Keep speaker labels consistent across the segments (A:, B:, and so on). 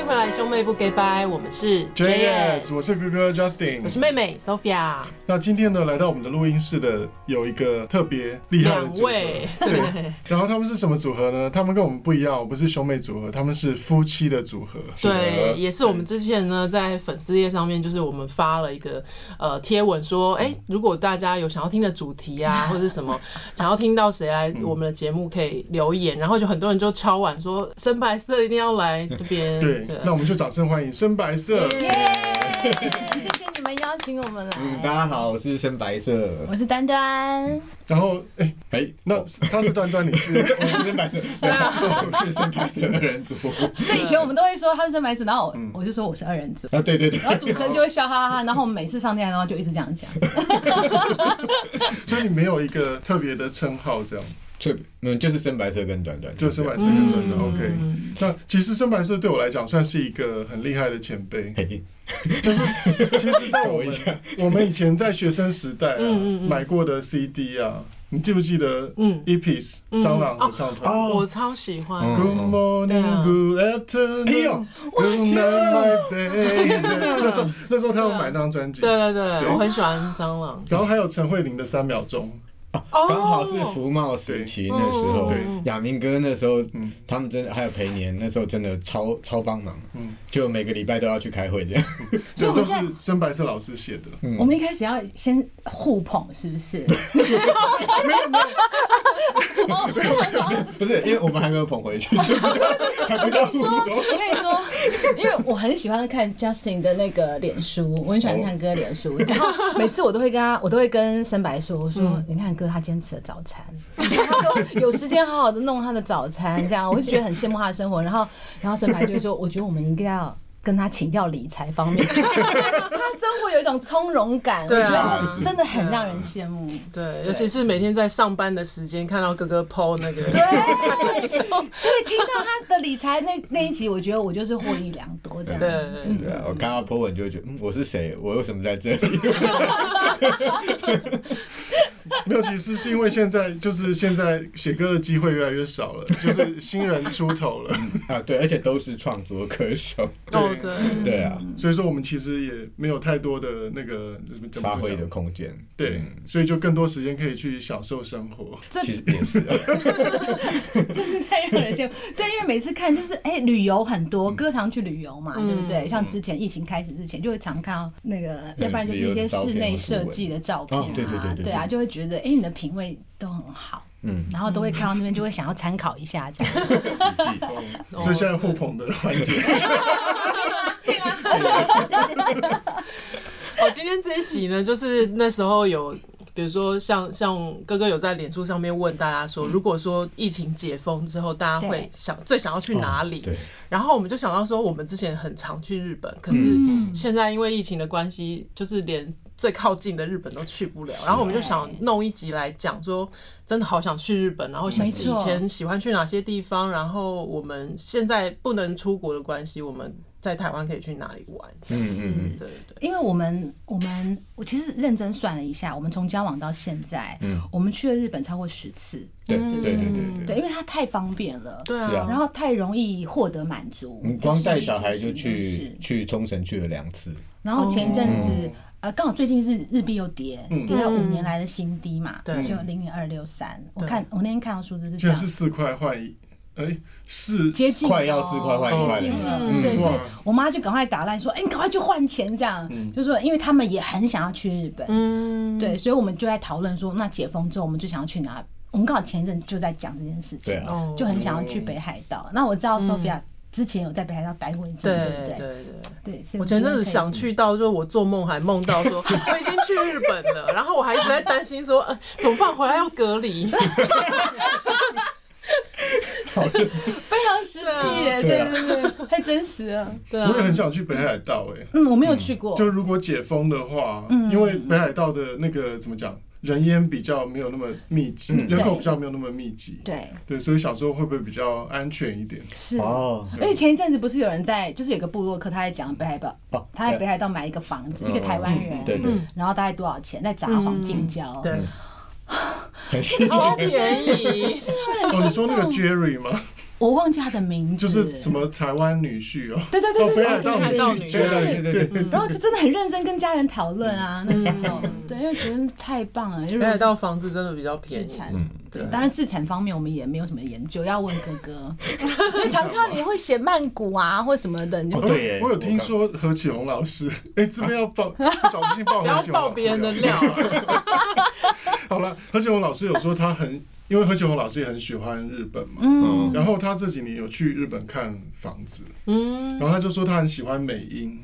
A: 迎回来，兄妹不 g 拜，我们是
B: JS，我是哥哥
A: 我是
B: Justin。
A: 妹妹 Sophia，
B: 那今天呢，来到我们的录音室的有一个特别厉害的
A: 两
B: 组合，
A: 位，
B: 对。然后他们是什么组合呢？他们跟我们不一样，不是兄妹组合，他们是夫妻的组合。
A: 对，也是我们之前呢在粉丝页上面，就是我们发了一个呃贴文说，哎、如果大家有想要听的主题 啊，或者是什么想要听到谁来我们的节目，可以留言，然后就很多人就敲碗说深白色一定要来这边，
B: 对，那我们就掌声欢迎深白色。
A: 耶
C: 耶！谢谢你们邀请我们
D: 嗯，
C: 来，
D: 大家好，我是深白色。
C: 我是丹丹，
B: 然后，哎、
D: 哎，
B: 那
D: 我
B: 他是端端，你 是
D: 我是深 白色，对啊，我是深白色二人组。
C: 对，以前我们都会说他是深白色，然后我我就说我是二人组，
D: 啊，对对对，
C: 然后主持人就会笑哈哈哈，然后我们每次上电台的话就一直这样讲，
B: 所以你没有一个特别的称号，这样
D: 就嗯，就是深白色跟短短，
A: 嗯
B: 就是深白色跟端端。OK，那其实深白色对我来讲算是一个很厉害的前辈。
D: 嘿。
B: 其实，在我
D: 抖一
B: 们
D: 下
B: 我们以前在学生时代啊，
A: 嗯嗯嗯
B: 买过的 CD 啊，你记不记得？E
A: 嗯
B: Epis
A: 嗯
B: 蟑螂合唱
D: 哦
B: 团。
A: 我超喜欢，
D: 嗯
B: Good
A: 对啊
B: morning, good afternoon,
D: 哎呦
B: good night, my baby。那 时候，那时候他有买那张专辑，
A: 对对啊对，
B: 对
A: 我很喜欢蟑螂，
B: 然后还有陈慧琳的《三秒钟
A: 哦
D: 刚好是福茂时期那时候
B: 对，
D: 亚明哥那时候
B: 哦嗯，
D: 他们真的还有培年，那时候真的超超帮忙
B: 嗯，
D: 就每个礼拜都要去开会这样。》，
C: 所以
B: 这
C: 我
B: 都
C: 们
B: 是
C: 现在
B: 深白色老师写的。
D: 嗯
C: 我们一开始要先互捧，是不是？哦，我想说
D: 不是，因为我们还没有捧 回去，所以不知道还不叫
C: 我跟你说，我跟你说，因为我很喜欢看 Justin 的那个脸书，我很喜欢看哥脸书，然后每次我都会跟他，我都会跟深白说，我说、
A: 嗯
C: 你看哥他今天吃了早餐，他都有时间好好的弄他的早餐，这样我就觉得很羡慕他的生活。然后，然后深白就会说，我觉得我们应该要。跟他请教理财方面，他生活有一种从容感，
A: 对
C: 我觉
A: 啊
C: 得真的很让人羡慕。
A: 对，尤其是每天在上班的时间看到哥哥 PO 那个，
C: 对，所以听到他的理财那那一集，我觉得我就是获益良多这 样。
A: 对对对
D: 对啊，我看到博文就会觉得，嗯，我是谁？我为什么在这里？
B: 没有，其实是因为现在就是现在写歌的机会越来越少 了，就是新人出头了。
D: 啊，对，而且都是创作歌手，
A: 哦对
D: 对啊，
B: 所以说我们其实也没有太多的那个怎么怎么
D: 发挥
B: 讲
D: 的空间，
B: 对，
D: 嗯
B: 所以就更多时间可以去享受生活。
D: 其实也是啊，
C: 真的太让人羡慕。 对，因为每次看就是，哎、旅游很多，
D: 嗯
C: 歌常去旅游嘛，对不对？像之前疫情开始之前，就会常看到那个，要不然就是一些室内设计的照片啊，
D: 嗯旅游的照片或是文哦对对对对对
C: 啊，就会觉得，哎、你的品味都很好，
D: 嗯，
C: 然后都会看到那边就会想要参考一下，这样
A: 哦
B: 所以现在互捧的环节，
C: 对吗？
A: 哦，今天这一集呢，就是那时候有，比如说像像哥哥有在脸书上面问大家说，如果说疫情解封之后，大家会
C: 对
A: 想最想要去哪里？
D: 哦对，
A: 然后我们就想到说，我们之前很常去日本，可是
C: 嗯
A: 现在因为疫情的关系，就是连最靠近的日本都去不了。
D: 啊
A: 然后我们就想弄一集来讲说，真的好想去日本，然后想
C: 没错
A: 以前喜欢去哪些地方，然后我们现在不能出国的关系，我们在台湾可以去哪里玩？
D: 嗯嗯嗯，
A: 对对对，
C: 因为我们我们我其实认真算了一下，我们从交往到现在，
D: 嗯
C: 我们去了日本超过十次，
D: 对对对对对
C: 对，
D: 对，
C: 因为它太方便了，
A: 对
D: 是嗯啊
C: 然后太容易获得满足，
D: 你光带小孩
C: 食衣
D: 就
C: 住行都是
D: 去去冲绳去了两次，
C: 然
A: 哦
C: 后前一阵子，
D: 嗯
C: 呃，刚好最近日日币又跌，跌到五年来的新低嘛，
A: 对
D: 嗯
C: 就零点二六三。我
A: 对
C: 看我那天看到数字是这
B: 现在
C: 样
B: 是，四块换一，哎，四
C: 接近
D: 快
C: 了
D: 要
C: 哦
D: 四块换一块
C: 接近了，
D: 了嗯
C: 对，所以
B: 哇
C: 我妈就赶快打烂说，哎，你赶快去换钱这样，
D: 嗯
C: 就说因为他们也很想要去日本，
A: 嗯，
C: 对，所以我们就在讨论说，那解封之后我们就想要去哪？我们刚好前一阵就在讲这件事情
D: 对，啊，
A: 哦嗯
C: 就很想要去北海道。那我知道 Sophia 之前有在北海道待过一阵，对不
A: 对对
C: 对？
A: 对。
C: 对，所以
A: 我前
C: 今
A: 阵子
C: 天可以
A: 想去到，就是我做梦还梦到 说我已经去日本了，然后我还一直在担心说、呃、怎么办，回来要隔 离。
C: 非常实际耶，
D: 对
C: 对
D: 啊
C: 对对，太真实了。
A: 对啊哦
B: 我也，很想去北海道，哎，
C: 嗯，我没有去过，
B: 就如果解封的话，
A: 嗯
B: 因为北海道的那个怎么讲，人烟比较没有那么密集，
D: 嗯
B: 人口比较没有那么密集，
C: 对，
B: 对，所以小时候会不会比较安全一点？
C: 是。
D: 哦，
C: 而且前一阵子不是有人在，就是有个部落客，他在讲北海道
D: 哦，
C: 他在北海道买一个房子，
D: 嗯
C: 一个台湾人，
D: 对对，
C: 然后大概多少钱，在札幌近郊，
A: 对，
D: 很细
A: 超
D: 致，
A: 便宜， 嗯
B: 哦，你说那个 Jerry 吗？
C: 我忘记他的名字，
B: 就是什么台湾女婿哦，
C: 对对对
B: 哦
C: 对
B: 北
C: 对
B: 海
C: 对
B: 道
A: 北海道
B: 女
A: 女
B: 婿，
A: 婿
B: 对
D: 对
B: 对
D: 对
B: 对，
C: 然后就真的很认真跟家人讨论啊，那时候
A: 嗯
C: 对，因为觉得太棒了，就
A: 北海
C: 是
A: 道房子真的比较便
C: 自
A: 宜，
C: 产。
D: 嗯，
C: 对，当然自产方面我们也没有什么研究，要问哥哥。因为常看你会写曼谷啊或什么的，你就
D: 哦
B: 我
D: 对耶
B: 我有听说何启宏老师，哎，这边要报，找不信报
A: 不
B: 何
A: 要
B: 启宏
A: 爆
B: 老
A: 别人的
B: 师。哦
A: 料啊。
B: 好了，何启宏老师有说他很，因为何启宏老师也很喜欢日本嘛，
D: 嗯，
B: 然后他这几年有去日本看房子，
A: 嗯，
B: 然后他就说他很喜欢美英，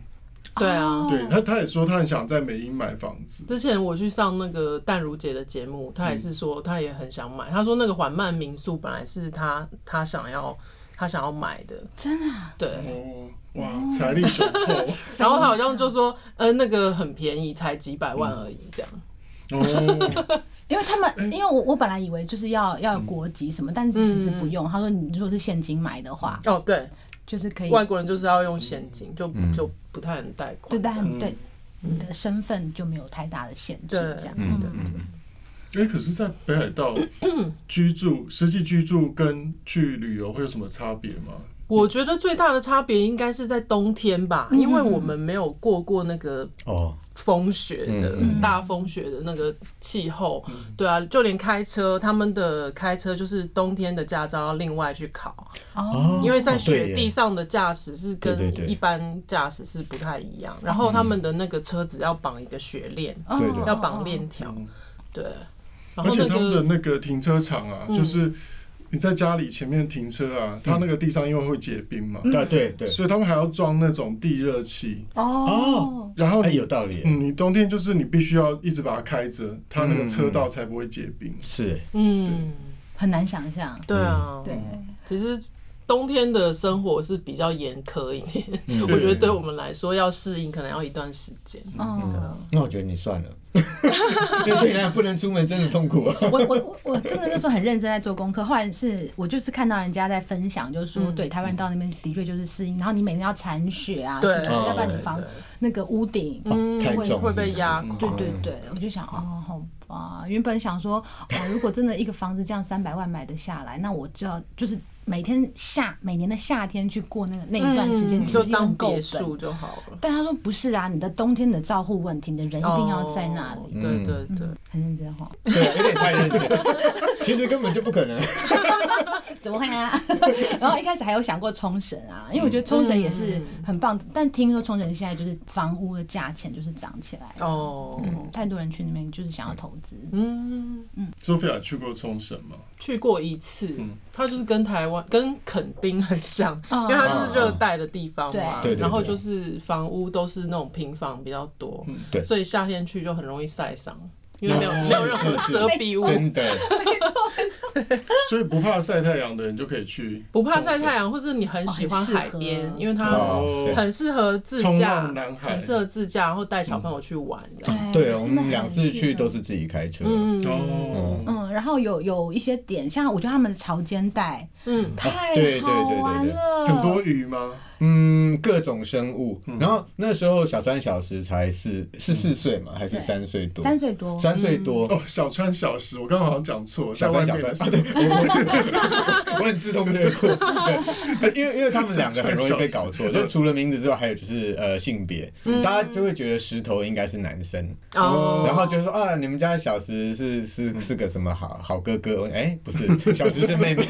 A: 对啊。
C: 哦
B: 对他他也说他很想在美英买房子，
A: 之前我去上那个淡如姐的节目，她也是说她也很想买，她说那个缓慢民宿本来是她她想要她想要买的，
C: 真的啊
A: 对。
B: 哦，哇，财力雄厚，
A: 然后她好像就说，呃，那个很便宜，才几百万而已，这样。
B: 哦，
C: 因为他们，因为我我本来以为就是要要有国籍什么，但是其实不用。他说你如果是现金买的话，
A: 哦，对，
C: 就是可以
A: 外国人就是要用现金，就就不太能贷款
C: 对，
A: 这
C: 但
A: 样。
C: 你对你的身份就没有太大的限
A: 对
C: 制，这样。
D: 嗯
C: 嗯，
D: 嗯
B: 哎，可是，在北海 道居住，实际居住跟去旅游会有什么差别吗？
A: 我觉得最大的差别应该是在冬天吧，
C: 嗯
A: 因为我们没有过过那个
D: 哦，
A: 风雪的、
D: 嗯
A: 大风雪的那个气候，对啊，就连开车，他们的开车就是冬天的驾照要另外去考，
C: 哦，
A: 因为在
D: 哦对
A: 雪
D: 耶
A: 地上的驾驶是
D: 对
A: 跟
D: 对对
A: 一般驾驶是不太一样，然后他们的那个车子要绑一个雪链，
C: 哦
D: 对对
A: 要绑链条，对，然后
B: 而且
A: 那
B: 他们的
A: 个嗯
B: 那个停车场啊，就是你在家里前面停车啊，它那个地上因为会结冰嘛，
D: 对对对，
B: 所以他们还要装那种地热器，
C: 哦，
B: 然后
D: 哎，
B: 你
D: 有道理，
B: 嗯，你冬天就是你必须要一直把它开着，它那个车道才不会结冰。
D: 是
A: 嗯，
C: 很难想象。
A: 对啊，
C: 对，
A: 其实冬天的生活是比较严苛一点，
D: 嗯
A: 我觉得对我们来说要适应可能要一段时间。
C: 哦，
D: 那我觉得你算了，对对，那不能出门真的痛苦啊。
C: 我我我我真的那时候很认真在做功课，后来是我就是看到人家在分享，就是说、对台湾到那边的确就是适应，然后你每天要铲雪啊什
A: 对
C: 么的，
D: 哦
C: 要不然你房
A: 对
C: 那个屋顶。
A: 嗯
D: 太
A: 会
D: 重
A: 会被压垮。
C: 对对对，
A: 嗯
C: 我就想哦，好吧，原本想说，哦，如果真的一个房子这样三百万买得下来，那我就要就是每天夏每年的夏天去过那个那一段时间，
A: 嗯
C: 其实
A: 就
C: 已经
A: 当
C: 很够
A: 别
C: 本
A: 墅。就好了。
C: 但他说不是啊，你的冬天你的照护问题，你的人一定要在那里，嗯
D: 嗯
A: 哦对对对，
C: 很认真哈。
D: 对啊，有点太认真，其实根本就不可能。
C: 怎么会啊？ 然后一开始还有想过冲绳啊，
A: 嗯
C: 因为我觉得冲绳也是很棒，但听说冲绳现在就是房屋的价钱就是涨起来了，嗯
A: 哦，
D: 嗯
C: 太多人去那边就是想要投资。
A: 嗯，
B: Sophia 去过冲绳吗？
A: 去过一次
B: 嗯，
A: 它就是跟台湾跟垦丁很像，因
C: 嗯
A: 为它就是热带的地方嘛
C: 嗯
D: 对对，对
A: 然后就是房屋都是那种平房比较多，
D: 嗯对嗯
A: 所以夏天去就很容易晒伤，因为没有没有任何
D: 是是
A: 遮蔽物。
D: 真的，
B: 所以不怕晒太阳的人就可以去，
A: 不怕晒太啊阳，或者你很喜欢海边
C: 哦，
A: 因为它
D: 哦对
A: 很适合自
B: 冲
A: 驾
B: 浪男，孩
A: 很适合自驾，然后带小朋友去玩这样。嗯
C: 哎
D: 对，我
C: 真的嗯
D: 们
C: 很
D: 两次去
C: 棒
D: 都是自己开车，
B: 哦，
C: 嗯，然后有有一些点，像我觉得他们的潮间带
A: 嗯，
C: 太
D: 对对对
C: 好玩
D: 对对
C: 了，
B: 很多鱼吗？
D: 嗯，各种生物。
C: 嗯
D: 然后那时候小川小时才四是四岁嘛，还是
C: 嗯对
D: 三岁多？
C: 三岁嗯多，
D: 三岁多，
B: 哦，小川小时，我刚刚好像讲错，在
D: 小
B: 外
D: 三小
B: 面
D: 三
B: 的事
D: 啊，对，我我我很自动略过，对，因为因为他们两个很容易被搞错，就除了名字之外，还有就是呃性别，
C: 嗯
D: 大家就会觉得石头应该是男生，
A: 哦，
D: 然后就说啊，你们家小石是是是个什么好好哥哥？哎、不是，小石是妹 妹，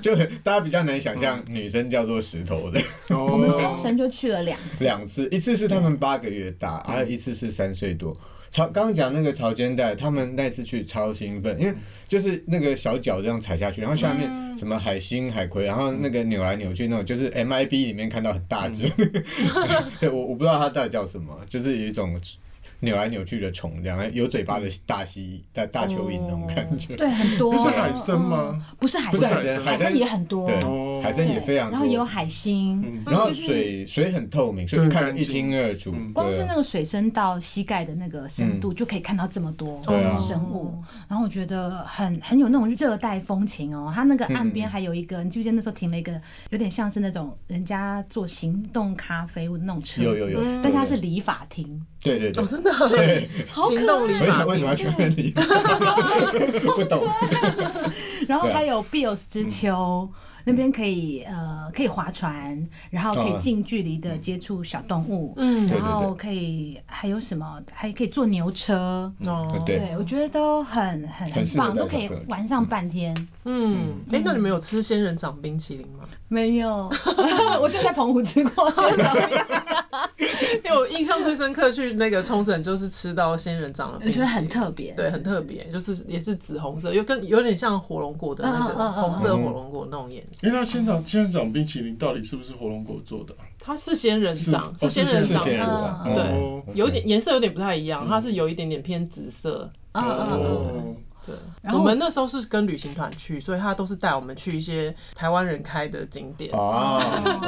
D: 就很大家比较难想象女生叫做石头的。
C: 我们冲
B: 哦，
C: 绳就去了两次，
D: 两次，
B: 嗯
D: 一次是他们八个月大，还有一次是三岁多。潮刚刚讲那个潮间带，他们那次去超兴奋，
B: 嗯
D: 因为就是那个小脚这样踩下去，然后下面什么海星、海葵，然
B: 嗯
D: 后那个扭来扭去那种，就是 MIB 里面看到很大只。
B: 嗯
D: 对我我不知道它到底叫什么，就是有一种扭来扭去的虫，两个有嘴巴的大蜥蜴、大大蚯蚓那种感觉。
C: 对，很多。
B: 那是海参吗？
C: 不是海
D: 不是
C: 参，
D: 海参，
C: 海参
D: 参
C: 也很
B: 哦
C: 多，
D: 对，海参
C: 对
D: 也非常多。
C: 然后也有海星，
D: 然后
C: 就是
D: 水水很透明，所
B: 就
D: 以
B: 很
D: 看
B: 干
D: 得一
B: 净嗯
D: 清二楚。
C: 光是
D: 对
C: 那个水深到膝盖的那个深度，就可以看到这么多
D: 对啊
C: 生物。然后我觉得很很有那种热带风情哦。它那个岸边还有一个，你记不记得那时候停了一个有点像是那种人家做行动咖啡屋的那种车子，
D: 有有有嗯
C: 但是它是理发厅，
D: 对对对
A: 哦，，真的，
D: 对，
C: 好
A: 行
C: 可
A: 动
C: 爱。
A: 力
D: 为
A: 嘛
D: 什，为什么要全面礼 貌？不懂。啊嗯
C: 然后还有 Bills 之丘，那边可以呃可以划船，然后可以
D: 哦
C: 近距离的接触小动物，
A: 嗯
D: 对
C: 然后可以还有什么还可以坐牛车，
A: 哦，
D: 对
C: 对我觉得都很很
D: 嗯很适合
C: 棒，
D: 带
C: 都可以
D: 小朋友去
C: 玩上半天。
A: 嗯，哎、那你们有吃仙人掌冰淇淋吗？
C: 没有， 我就在澎湖吃 过，真的，
A: 因为我印象最深刻去那个冲绳就是吃到仙人掌的
C: 我
A: 冰淇
C: 觉得
A: 淋，
C: 很特别。
A: 对，很特别，就是也是紫红色，又跟有点像火龙果的那
C: 嗯嗯嗯
A: 个
C: 嗯
A: 红色火龙果那种颜色。
B: 哎，那仙长仙人掌冰淇淋到底是不是火龙果做的啊？
A: 它是仙人掌，
B: 是哦
A: 仙
B: 是
A: 人
D: 是
A: 掌
D: 仙人
A: 的，
D: 掌，
A: 对
D: 哦
A: 有点颜色有点不太一
D: 嗯
A: 样，它是有一点点偏紫色。
C: 啊啊啊！
B: 哦，
A: 对，
C: 然
A: 我
C: 后
A: 们那时候是跟旅行团去，所以他都是带我们去一些台湾人开的景点。
D: 啊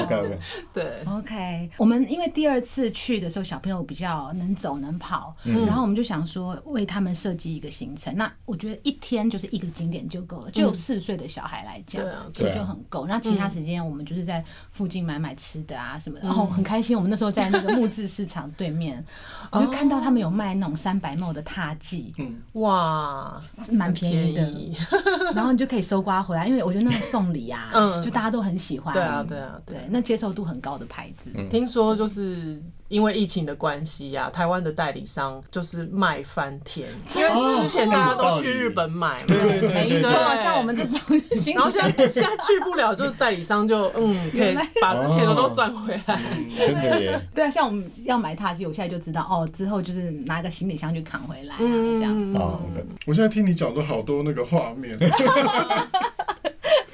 D: ，OK OK，
A: 对，
C: OK，我们因为第二次去的时候，小朋友比较能走能跑，
A: 嗯
C: 然后我们就想说为他们设计一个行程。那我觉得一天就是一个景点就够了，就有四岁的小孩来讲
A: 嗯对啊，
C: 其实
D: 对
C: 就
D: 啊
C: 很够。那其他时间我们就是在附近买买吃的啊什
A: 嗯
C: 么的，然后很开心。我们那时候在那个木质市场 对面，我就看到他们有卖
A: 哦
C: 那种三百毛的踏剂，
A: 哇，
C: 蛮便宜的。
A: 嗯宜。
C: 然后你就可以搜刮回来，因为我觉得那种送礼啊，
A: 嗯
C: 就大家都很喜欢。
A: 对啊，对啊，对。
C: 嗯对，那接受度很高的牌子。
A: 听说就是因为疫情的关系呀、台湾的代理商就是卖翻天，因为之前大家都去日本买嘛，
D: 哦对对
C: 没
D: 对
C: 错
D: 对，，
C: 像我们这种就辛苦
A: 然后现在现在去不了，就是代理商就 嗯，可以把之前的都赚回来。
D: 真的耶，
C: 对啊，像我们要买踏机，我现在就知道哦，之后就是拿个行李箱去扛回来啊，这样。
A: 嗯，
D: 好，OK，哦
B: 我现在听你讲都好多那个画面，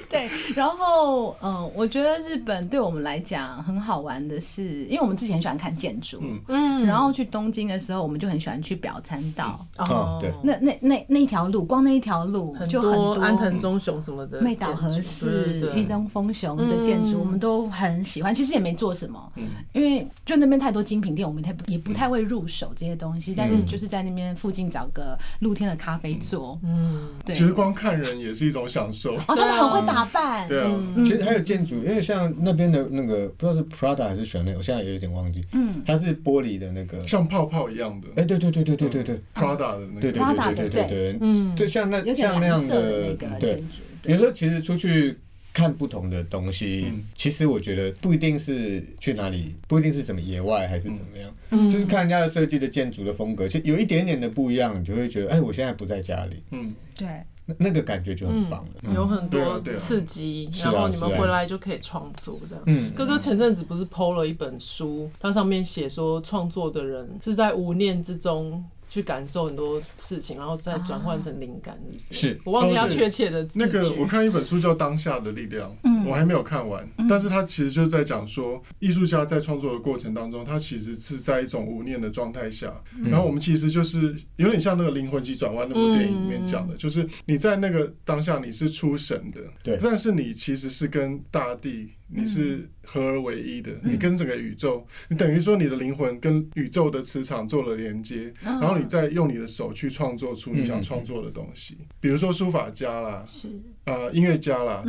C: 对，然后嗯，我觉得日本对我们来讲很好玩的是，因为我们之前很喜欢看建筑，嗯，然后去东京的时候，我们就很喜欢去表参道，
A: 哦
D: 哦，对
C: 那那那那一条路，光那一条路
A: 很
C: 就很
A: 多
C: 多
A: 安藤忠雄什么的建筑，
C: 妹岛和
A: 对
C: 世、
A: 对嗯
C: 玉
A: 对，
C: 登风雄的建筑，我们都很喜欢。其实也没做什么，
A: 嗯
C: 因为就那边太多精品店，我们太也不太会入手这些东西。但是就是在那边附近找个露天的咖啡座，
A: 嗯，
C: 对
B: 其，实光看人也是一种享受。
C: 哦，他们很会打扮，
B: 对啊，
D: 其实还有建筑，因为像那边的那个不知道是 Prada 还是 Chanel，我现在有一点忘记，嗯，它是玻璃的那个，
B: 像泡泡一样的
D: 哎，对对对对对对对。
B: Prada 的那
D: 对
B: 个，
D: 对对对对对，嗯，就像那
C: 有点
D: 像那样
C: 蓝色的那个
D: 对嗯
C: 建，筑。
D: 有时候其实出去看不同的东西，其实我觉得不一定是去哪里，不一定是怎么野外还是怎么样，就是看人家的设计的建筑的风格，其实有一点点的不一样，你就会觉得，哎，我现在不在家里，
B: 嗯，
C: 对，
D: 那那个感觉就很棒了。
A: 有很
B: 对啊
A: 多
B: 对啊
A: 刺激，
D: 嗯是啊
A: 然后你们
D: 是啊
A: 回来就可以创作这样。
D: 嗯
A: 哥哥前阵子不是 PO 了一本书，它上面写说创作的人是在无念之中。去感受很多事情，然后再转换成灵感，是不是？
D: 是
A: 我忘记
B: 哦
A: 他
B: 对
A: 确切的字
B: 那个
A: 句
B: 我看一本书叫《当下的力量》，我还没有看完，但是他其实就是在讲说，艺术家在创作的过程当中，他其实是在一种无念的状态下，
D: 嗯
B: 然后我们其实就是有点像那个《灵魂急转弯》那部电影里面讲的，就是你在那个当下你是出神的，
D: 对
B: 但是你其实是跟大地。你是合而为一的，
D: 嗯
B: 你跟整个宇宙，你等于说你的灵魂跟宇宙的磁场做了连接，
C: 嗯
B: 然后你再用你的手去创作出你
D: 嗯
B: 想创作的东西，比如说书法家啦，
C: 是，
B: 呃，音乐家啦，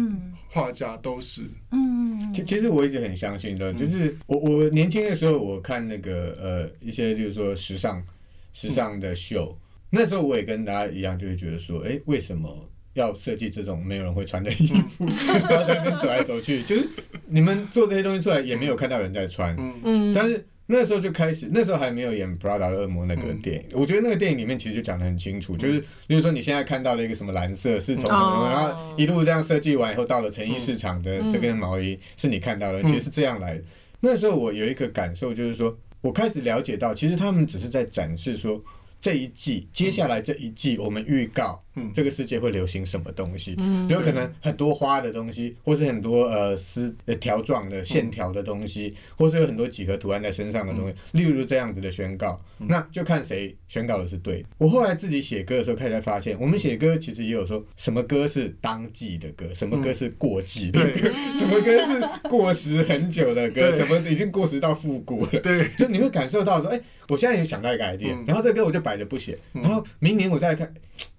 B: 画家都是，
C: 嗯，
D: 其其实我一直很相信的，就是我我年轻的时候，我看那个呃一些，就是说时尚时尚的秀，那时候我也跟大家一样，就会觉得说，哎、为什么要设计这种没有人会穿的衣服，然后在那边走来走去？就是你们做这些东西出来，也没有看到人在穿，嗯，但是。那时候就开始，那时候还没有演《Prada 的恶魔》那个电影，我觉得那个电影里面其实就讲得很清楚，就是，例如说你现在看到了一个什么蓝色是从什么，然后
A: 哦
D: 一路这样设计完以后，到了成衣市场的这件毛衣是你看到的，其实是这样来的。那时候我有一个感受，就是说我开始了解到，其实他们只是在展示说这一季，接下来这一季我们预告这个世界会流行什么东西，有可能很多花的东西，或是很多呃丝呃条状的线条的东西，或是有很多几何图案在身上的东西，例如这样子的宣告，那就看谁宣告的是对的。我后来自己写歌的时候，开始发现，我们写歌其实也有说什么歌是当季的歌，什么歌是过季的歌，什么歌是过时很久的歌，
B: 对
D: 什么已经过时到复古了。
B: 对，
D: 就你会感受到说，哎、我现在也想到一个 idea，、
B: 嗯
D: 然后这个歌我就摆着不写，然后明年我再来看，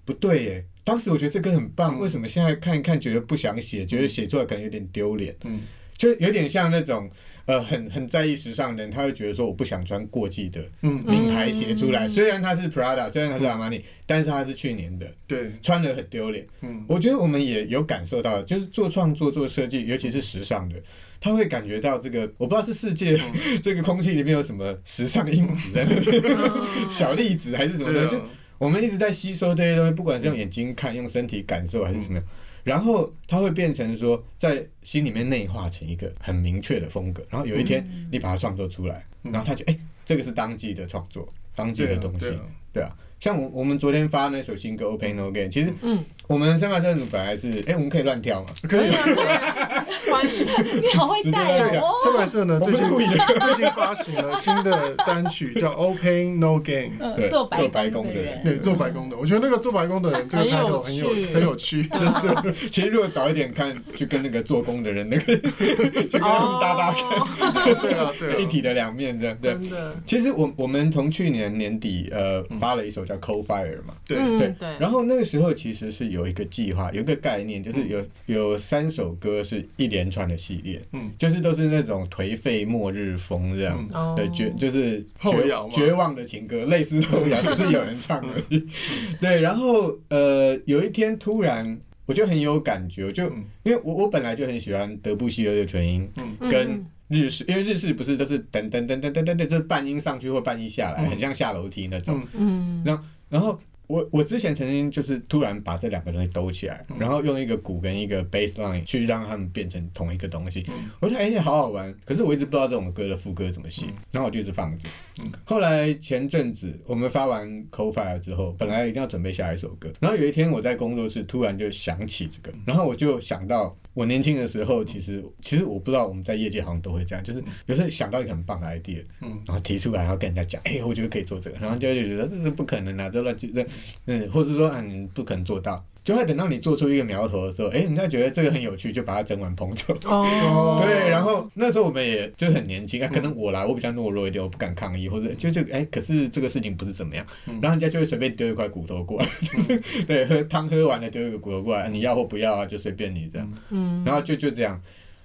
D: 不对耶，
B: 嗯
D: 当时我觉得这歌很棒，为什么现在看一看觉得不想写，觉得写出来可能有点丢脸？
B: 嗯
D: 就有点像那种呃很很在意时尚的人，他会觉得说我不想穿过季的
B: 嗯
D: 名牌鞋出来，虽然它是 Prada，虽然它是 Armani，但是它是去年的，
B: 对，
D: 穿了很丢脸。
B: 嗯
D: 我觉得我们也有感受到，就是做创作、做设计，尤其是时尚的，他会感觉到这个，我不知道是世界、
B: 嗯
D: 这个空气里面有什么时尚因子在那边，
A: 嗯
D: 小粒子还是什么
B: 对
D: 的，
B: 啊
D: 就，我们一直在吸收这些东西，不管是用眼睛看、用身体感受还是
B: 嗯
D: 怎么样，然后它会变成说，在心里面内化成一个很明确的风格，然后有一天
B: 嗯
D: 你把它创作出来，然后他就哎、这个是当季的创作，当季
B: 对
D: 的
B: 啊
D: 东西
B: 对，啊
D: 对啊。像我我们昨天发那首新歌《Open No Game》，其实
A: 嗯
D: 我们三八三组本来是哎、我们可以乱跳嘛，
B: 可以啊。
A: 欢迎，
C: 你好会
B: 哎
C: 带哦，
B: 深白社呢，
D: 我
B: 最
D: 不是
B: 近
D: 故意
B: 最近发行了新的单曲，叫《Open No Game》。
D: 对
C: 嗯做
D: 做白
C: 工
D: 工的
C: 人
D: 人。
B: 对，做白工的，我觉得那个做白工的人这个
A: 很有
B: title 很有
A: 趣
B: 很有 趣，真的。
D: 其实如果早一点看，就跟那个做工的人那个， 就跟他们搭搭看，
A: 哦
B: 对啊，对啊，
D: 一体的两面这样。对，
A: 真的，
D: 其实我我们从去年年底呃发了一首叫《Cold Fire》嘛，
B: 对，
A: 嗯对，
D: 然后那个时候其实是有一个计划，有一个概念，
A: 嗯
D: 就是有有三首歌是一连串的系列，
B: 嗯
D: 就是都是那种颓废末日风这样。
A: 后
D: 对绝就是
B: 嗯后
D: 绝
B: 摇嘛
D: 绝望的情歌，类似后摇，只是有人唱而已。
B: 嗯
D: 对，然后呃，有一天突然我就很有感觉，我就、
B: 嗯
D: 因为我我本来就很喜欢德布西的六全音，
B: 嗯
D: 跟日式，因为日式不是都是噔噔噔噔噔噔噔，就是半音上去或半音下来，
B: 嗯
D: 很像下楼梯那种。
B: 嗯
A: 嗯
D: 然后我我之前曾经就是突然把这两个东西兜起来，然后用一个鼓跟一个 bass line 去让它们变成同一个东西
B: 嗯。
D: 我觉得哎、好好玩，可是我一直不知道这种歌的副歌怎么写，然后我就一直放着
B: 嗯。
D: 后来前阵子我们发完《Cold Fire》之后，本来一定要准备下一首歌，然后有一天我在工作室突然就想起这个，然后我就想到我年轻的时候，其实其实我不知道我们在业界好像都会这样，就是有时候想到一个很棒的 idea，
B: 嗯
D: 然后提出来，然后跟人家讲，哎、我觉得可以做这个，然后就会觉得这是不可能啊，这乱七这，嗯，或者说嗯不可能做到，就会等到你做出一个苗头的时候，哎、人家觉得这个很有趣，就把它整碗捧走。
A: 哦，嗯
D: 对，然后那时候我们也就很年轻啊，可能我啦，我比较懦弱一点，我不敢抗议，或者就就哎、可是这个事情不是怎么样，
B: 嗯
D: 然后人家就会随便丢一块骨头过来，
A: 嗯
D: 就是对，喝汤喝完了丢一个骨头过来，你要或不要啊，就随便你这样。
A: 嗯
D: 然后就就这样，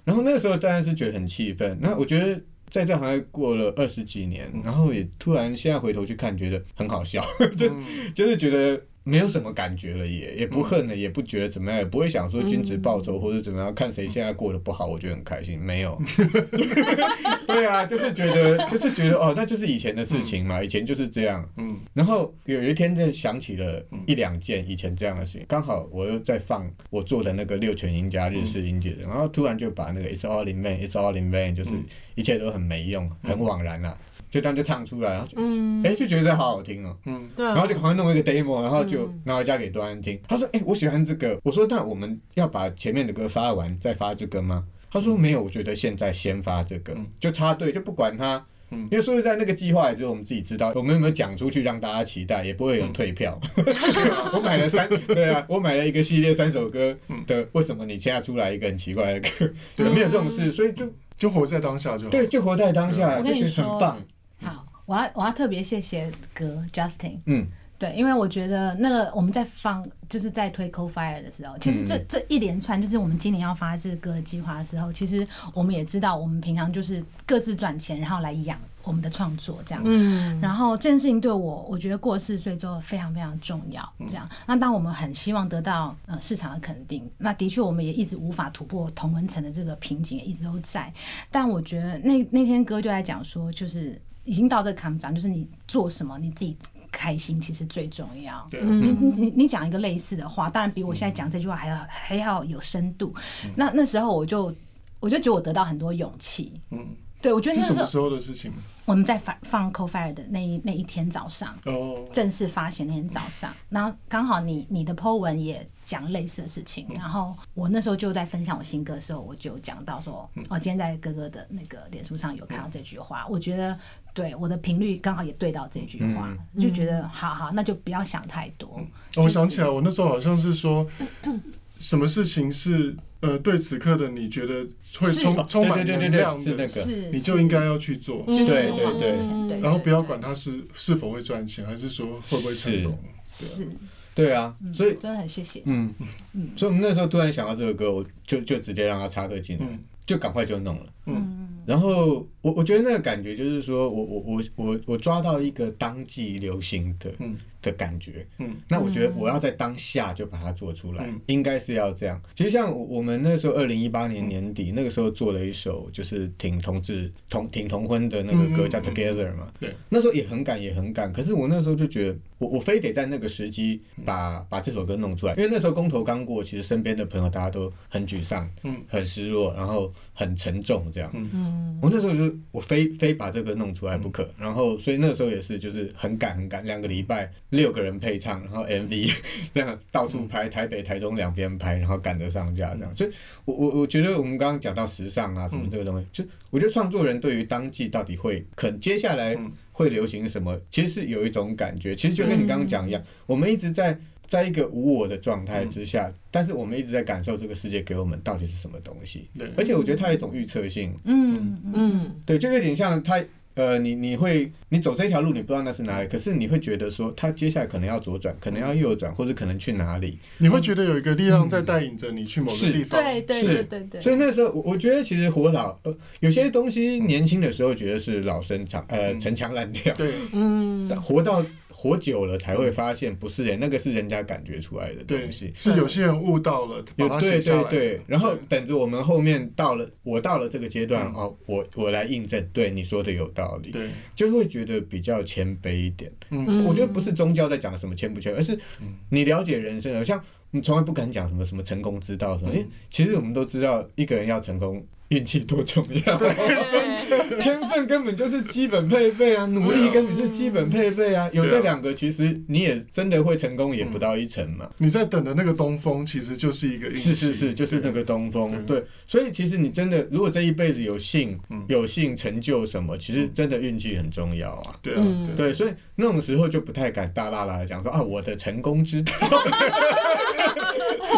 D: 然后那时候当然是觉得很气愤。那我觉得在这行业过了二十几年，然后也突然现在回头去看，觉得很好笑，就是
B: 嗯
D: 就是觉得没有什么感觉了也，也不恨了，也不觉得怎么样，也不会想说君子报仇或者怎么样，看谁现在过得不好，我觉得很开心。没有，
B: 嗯
D: 对啊，就是觉得就是觉得哦，那就是以前的事情嘛，以前就是这样。
B: 嗯
D: 然后有一天就想起了一两件以前这样的事情，刚好我又在放我做的那个六全音加日式音节，然后突然就把那个 It's all in vain，It's all in vain，就是
B: 嗯
D: 一切都很没用，很枉然啦、就当就唱出来，然后就
A: 嗯，
D: 哎、就觉得好好听哦、
B: 嗯
A: 对啊，
D: 然后就赶快弄一个 demo，然后就
C: 嗯
D: 拿回家给多安听。他说：“哎、我喜欢这个。”我说：“那我们要把前面的歌发完再发这个吗？”他说：“没有，我觉得现在先发这个
B: 嗯，
D: 就插队，就不管它。”
B: 嗯
D: 因为说实在，那个计划也只有我们自己知道，我们有没有讲出去让大家期待，也不会有
B: 嗯
D: 退 票。我买了三，对啊，我买了一个系列三首歌
B: 嗯
D: 的，为什么你现在出来一个很奇怪的歌？
B: 对
D: 没有这种事，所以就
B: 就活在当下就好。
D: 对，就活在当下，
C: 我
D: 就
C: 跟你
D: 觉得很
C: 说
D: 棒。
C: 好，我要我要特别谢谢哥 Justin。
D: 嗯，
C: 对，因为我觉得那个我们在放，就是在推《Cold Fire》的时候，其实这这一连串就是我们今年要发这个歌的计划的时候，其实我们也知道，我们平常就是各自赚钱，然后来养我们的创作这样。
A: 嗯
C: 然后这件事情对我，我觉得过四岁之后非常非常重要。
B: 嗯
C: 这样，那当我们很希望得到呃市场的肯定，那的确我们也一直无法突破同文层的这个瓶颈，也一直都在。但我觉得那那天哥就在讲说，就是已经到这个坎上，就是你做什么你自己开心，其实最重要。
B: 对啊
C: 你你你你讲一个类似的话，当然比我现在讲这句话还要还要有深度。
B: 嗯
C: 那那时候我就我就觉得我得到很多勇气。
B: 嗯，
C: 对，我觉得
B: 是
C: 那
B: 什
C: 时
B: 么
C: 候
B: 时候的事情？
C: 我们在放放《c o Fire》的那一那一天早上，
B: 哦，
C: 正式发行那天早上，然后刚好你你的 Po 文也讲类似的事情，然后我那时候就在分享我新歌的时候，我就讲到说，哦，今天在哥哥的那个脸书上有看到这句话，我觉得对我的频率刚好也对到这句话，就觉得好好，那就不要想太多，
B: 哦我想起来，我那时候好像是说，什么事情是呃，对此刻的你觉得会
C: 是
B: 充充满
D: 对对
B: 能
D: 对对
B: 量
D: 是那
B: 的，
D: 个
C: 是
B: 你就应该要去做，
A: 嗯
D: 对
C: 是往
D: 对
C: 前对
B: 然后不要管它是是否会赚钱，还是说会不会成功。
C: 是
D: 对啊，所以
C: 真的很谢谢。
D: 嗯，所以我们那时候突然想到这个歌，我就就直接让他插队进来，
B: 嗯
D: 就赶快就弄了。
B: 嗯，
D: 然后我我觉得那个感觉就是说我我我我我抓到一个当季流行的、
B: 嗯
D: 的感觉，
B: 嗯，
D: 那我觉得我要在当下就把它做出来，
B: 嗯
D: 应该是要这样。其实像我我们那时候二零一八年年底、那个时候做了一首就是挺同志同挺同婚的那个歌、
B: 嗯嗯
D: 叫
B: 嗯
D: Together 嘛，
B: 对，
D: 那时候也很赶，也很赶。可是我那时候就觉得我，我非得在那个时机
B: 嗯
D: 把把这首歌弄出来，因为那时候公投刚过，其实身边的朋友大家都很沮丧，
B: 嗯，
D: 很失落，然后很沉重这样。
B: 嗯
A: 嗯，
D: 我那时候就是我非非把这个弄出来不可，然后所以那时候也是就是很赶很赶，两个礼拜六个人配唱，然后 MV 这样到处拍，台北、台中两边拍，然后赶着上架这样。所以我我我觉得我们刚刚讲到时尚啊什么
B: 嗯
D: 这个东西，就我觉得创作人对于当季到底会可接下来
B: 嗯
D: 会流行什么，其实是有一种感觉，其实就跟你刚刚讲一
B: 嗯
D: 样，我们一直在。在一个无我的状态之下，但是我们一直在感受这个世界给我们到底是什么东西，
B: 对，
D: 而且我觉得它有一种预测性，
C: 嗯嗯
A: 嗯
D: 对，就有点像他，呃，你你会你走这条路，你不知道那是哪里，可是你会觉得说，他接下来可能要左转，可能
B: 嗯
D: 要右转，或者可能去哪里。
B: 你会觉得有一个力量在带引着你去某个
D: 是
B: 地方，
C: 对对
D: 是
C: 对对对，
D: 所以那时候，我我觉得其实活老，呃，有些东西年轻的时候觉得是老生常，呃，
B: 嗯
D: 陈腔滥调，
B: 对
A: 嗯
D: 但活到活久了才会发现，不是人，那个是人家感觉出来的
B: 对
D: 东西，。
B: 是有些人悟到了，把
D: 有
B: 它
D: 对
B: 写下
D: 对
B: 来，
D: 对，然后等着我们后面到了，我到了这个阶段、哦，我我来印证，对你说的有道理，
B: 嗯对，
D: 就是会觉得比较谦卑一点。
A: 嗯
D: 我觉得不是宗教在讲什么谦不谦，而是你了解人生了。像你从来不敢讲什么什么成功之道什
A: 嗯
D: 么，因为其实我们都知道一个人要成功，运气多重要，
A: 对，
D: 天分根本就是基本配备啊，努力根本是基本配备
A: 嗯
D: 啊。有这两个，其实你也真的会成功，也不到一成
A: 嗯
D: 嘛。
B: 你在等的那个东风，其实就是一个运气，
D: 是是是，就是那
B: 对
D: 个东风，对，所以其实你真的，如果这一辈子有幸
B: 嗯
D: 有幸成就什么，其实真的运气很重要啊。
B: 对
A: 嗯
B: 啊，
D: 对，所以那种时候就不太敢大啦啦的讲说啊，我的成功之 道。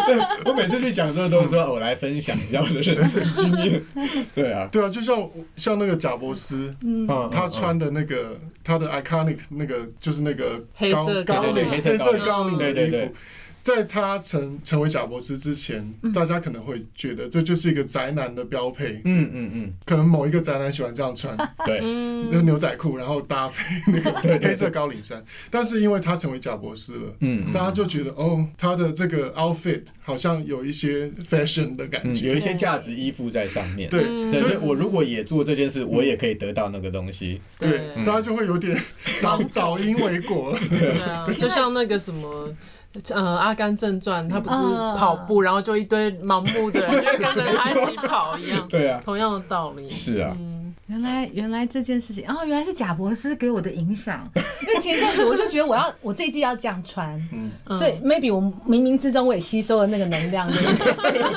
D: 对我每次去讲座都说，啊我来分享一下我的人生经验。对啊，
B: 对啊，就像像那个贾伯斯，
D: 嗯
B: 他
D: 嗯
B: 穿的那个他的 iconic 那个就是那个
A: 黑
B: 高
A: 色
B: 高
A: 高
B: 领
A: 领
D: 黑色
B: 黑
D: 高
B: 色
D: 领
B: 高领的
D: 对对
B: 衣
D: 对
B: 服。在他成成为贾伯斯之前，大家可能会觉得这就是一个宅男的标配，
D: 嗯嗯嗯，
B: 可能某一个宅男喜欢这样穿，
D: 对，
A: 嗯
B: 那牛仔裤，然后搭配那 个黑色高领衫。但是因为他成为贾伯斯了，
D: 嗯嗯
B: 大家就觉得哦，他的这个 outfit 好像有一些 fashion 的感
D: 嗯，
B: 觉。
D: 有一些价值依附在上面。
B: 对，
C: 嗯
D: 对，
B: 所
D: 所
B: 以
D: 以我如果也做这件事，我也可以得到那个东西。
B: 对
D: 嗯
B: 大家就会有点导导因为果。
A: 对啊，就像那个什么。呃，《阿甘正传》他不是
C: 嗯
A: 跑步，然后就一堆盲目的人就跟着他一 起跑一
B: 嗯
A: 样，
D: 对啊，
A: 同样的道理。
D: 是啊，
A: 嗯，
C: 原来原来这件事情，哦，原来是贾博士给我的影 响。因为前一阵子我就觉得我要我这一季要这样穿，
D: 嗯
C: 所以 maybe 我冥冥之中我也吸收了那个能量，对不对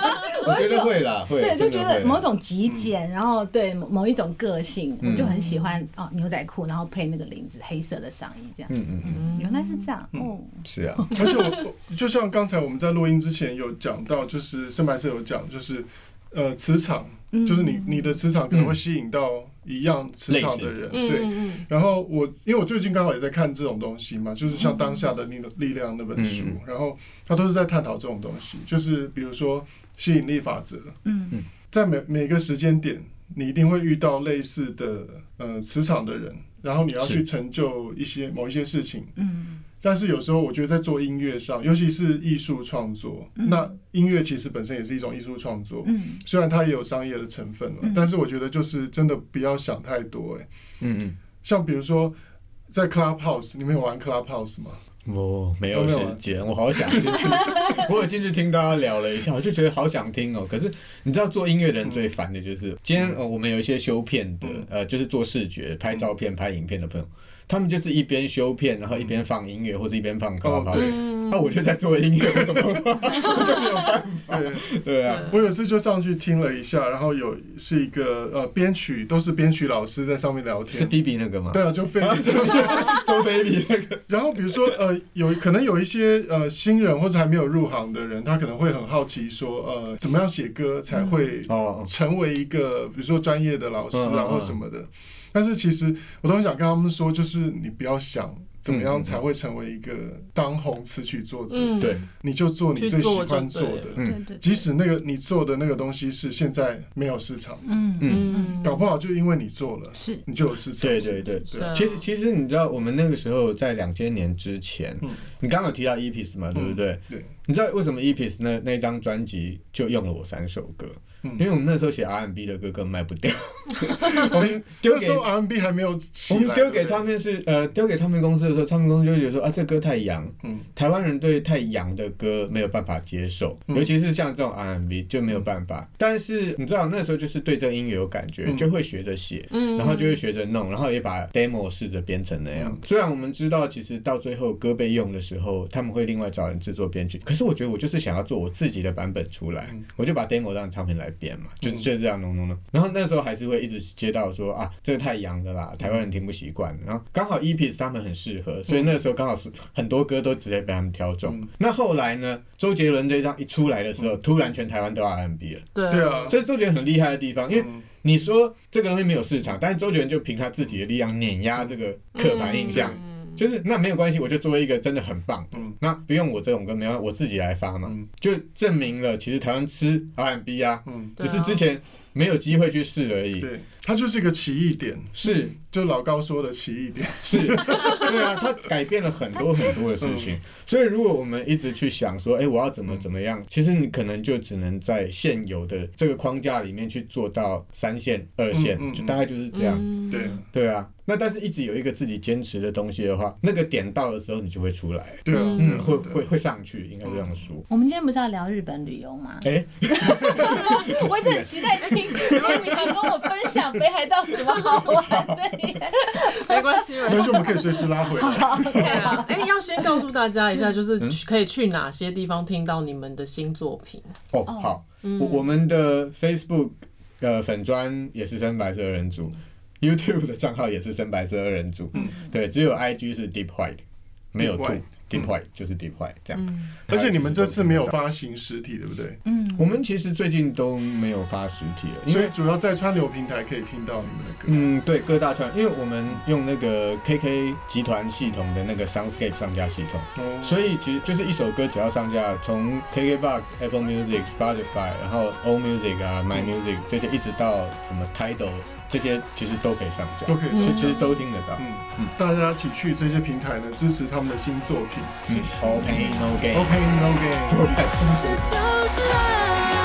D: 我觉得会啦，会，
C: 对，就
D: 真
C: 觉
D: 的
C: 得
D: 会啊嗯
C: 某种极简，然后对某某一种个性，我就很喜欢哦，牛仔裤，然后配那个领子，黑色的上衣这样。
D: 嗯嗯嗯，
C: 原来是这样，哦，
D: 是啊，
B: 而且我我就像刚才我们在录音之前有讲到，就是深白色有讲，就是呃磁场，就是你你的磁场可能会吸引到一样磁场的人，
A: 嗯
B: 对。
A: 嗯
B: 然后我因为我最近刚好也在看这种东西嘛，就是像《当下的力力量》那本书，
D: 嗯
B: 然后他都是在探讨这种东西，就是比如说吸引力法则，
C: 嗯
D: 嗯
B: 在每每个时间点，你一定会遇到类似的呃磁场的人，然后你要
D: 是
B: 去成就一些某一些事情。
C: 嗯
B: 但是有时候我觉得在做音乐上，尤其是艺术创作，那音乐其实本身也是一种艺术创作，
C: 嗯
B: 虽然它也有商业的成分了，但是我觉得就是真的不要想太多、欸，
D: 嗯嗯。
B: 像比如说在 Clubhouse，你们有玩 Clubhouse 吗？哦
D: 我嗯没有时
B: 啊
D: 间，我好想进 去。 我有进去听大家聊了一下，我就觉得好想听哦。可是你知道，做音乐的人最烦的
B: 嗯
D: 就是，今天呃，我们有一些修片的，呃，就是做视觉、拍照片、拍影片的朋
B: 嗯
D: 友，他们就是一边修片，然后一边放音乐或者一边放歌。
B: 哦对
D: 那我就在做音乐，我怎么 办我就没有办法。
B: 对，
D: 对啊，
B: 我有一次就上去听了一下，然后有是一个呃编曲，都是编曲老师在上面聊
D: 是
B: 天。
D: B B 那个吗？
B: 对啊，就非常。
D: 周 baby 那个。
B: 然后比如说呃，有可能有一些呃新人或者还没有入行的人，他可能会很好奇说呃，怎么样写歌才会
D: 哦，
B: 成为一个比如说专业的老师
D: 嗯嗯
B: 啊
D: 嗯
B: 或什么的。但是其实我都很想跟他们说，就是你不要想怎么
D: 嗯
B: 样才会成为一个当红词曲作者，
A: 嗯，
D: 对，
B: 你就做你最喜欢
A: 去做
B: 做
A: 就对了
B: 的，
C: 对
D: 嗯
C: 对，
B: 即使那个你做的那个东西是现在没有市场，
C: 嗯
A: 嗯，
B: 搞不好就因为你做了，
C: 是
B: 你就有市场。
D: 对对对。
A: 对啊，
D: 其实，其实你知道，我们那个时候在两千年之前，
B: 嗯
D: 你刚刚有提到 E EPIS 嘛，对不对？
B: 对，
D: 你知道为什么 E EPIS 那那张专辑就用了我三首歌？
B: 嗯
D: 因为我们那时候写 R&B 的歌更卖不掉，我们丢
B: 那
D: 给
B: 时候 R&B 还没有起
D: 我
B: 来，
D: 们丢
B: 对
D: 给
B: 不对
D: 唱片是呃丢给唱片公司的时候，唱片公司就会觉得说啊这歌太洋，
B: 嗯
D: 台湾人对太洋的歌没有办法接受，
B: 嗯
D: 尤其是像这种 R&B 就没有办法。但是你知道那时候就是对这音乐有感觉，
B: 嗯
D: 就会学着写，
A: 嗯
D: 然后就会学着弄，然后也把 demo 试着编成那样
B: 嗯。
D: 虽然我们知道其实到最后歌被用的时候，他们会另外找人制作编曲，可是我觉得我就是想要做我自己的版本出来，
B: 嗯
D: 我就把 demo 当成唱片来编嘛，就
B: 嗯
D: 就这样弄弄弄。然后那时候还是会一直接到说啊，这个太洋的
B: 嗯
D: 啦，台湾人听不习惯。然后刚好 EPIS 他们很适合，所以那时候刚好是很多歌都直接被他们挑中。
B: 嗯
D: 那后来呢，周杰伦这张一出来的时候，突然全台湾都 R&B 了，
A: 对
B: 对啊，
D: 这是周杰伦很厉害的地方，因为
B: 嗯
D: 你说这个东西没有市场，但是周杰伦就凭他自己的力量碾压这个刻板印象，
A: 嗯
D: 就是那没有关系，我就做一个真的很棒的，
B: 嗯
D: 那不用我这种歌，没有我自己来发嘛，
B: 嗯
D: 就证明了其实台湾吃 R&B 啊，
B: 嗯，
A: 对
D: 只
A: 啊
D: 是之前没有机会去试而已。
B: 对，它就是一个奇异点，
D: 是
B: 就老高说的奇异点。
D: 是， 对啊，它改变了很多很多的事
B: 嗯
D: 情。所以如果我们一直去想说，哎、我要怎么怎么样，其实你可能就只能在现有的这个框架里面去做到三线、二线，
B: 嗯嗯
D: 就大概就是这样。
A: 嗯
B: 对
D: 对啊，那但是一直有一个自己坚持的东西的话，那个点到的时候你就会出来，
B: 对啊，
A: 嗯
B: 对
D: 嗯，
B: 啊
D: 会
B: 对啊
D: 会会上去，应该这样说。
C: 我们今天不是要聊日本旅游吗？
D: 哎、
C: 我一直很期待听，因为你们跟我分享北海道什么好玩的耶。
A: 没关系，没
B: 没关系，我们可以随时拉回来。
A: 对啊，哎、要先告诉大家一下，就是去可以去哪些地方听到你们的新作品。
D: 哦，好，我我们的 Facebook 呃粉砖也是深白色二人组，YouTube 的账号也是深白色二人组，对，只有 IG 是 Deep White，没有
B: 嗯 Deep
D: Two
B: White，
D: Deep White 就是 Deep White 这样。
B: 而且你们这次没有，发行实体，对不对？
A: 嗯
D: 我们其实最近都没有发实体了，因
B: 所
D: 为
B: 以主要在川流平台可以听到你们的歌。
D: 嗯，对，各大串，因为我们用那个 KK 集团系统的那个 Soundscape 上架系统，
B: 哦
D: 所以其实就是一首歌只要上架，从 KKBox、Apple Music、Spotify，然后 O Music 啊、My Music 这些，一直到什么 Tidal 这些，其实都可以上架，
B: 都可以
D: 所
B: 听
D: 以其实都听得到。
B: 嗯，大家一起去这些平台呢，支持他们的新作品。
D: 嗯，All pain no gain，
B: OK，No Game。
D: 做不来
E: 这就是爱啊。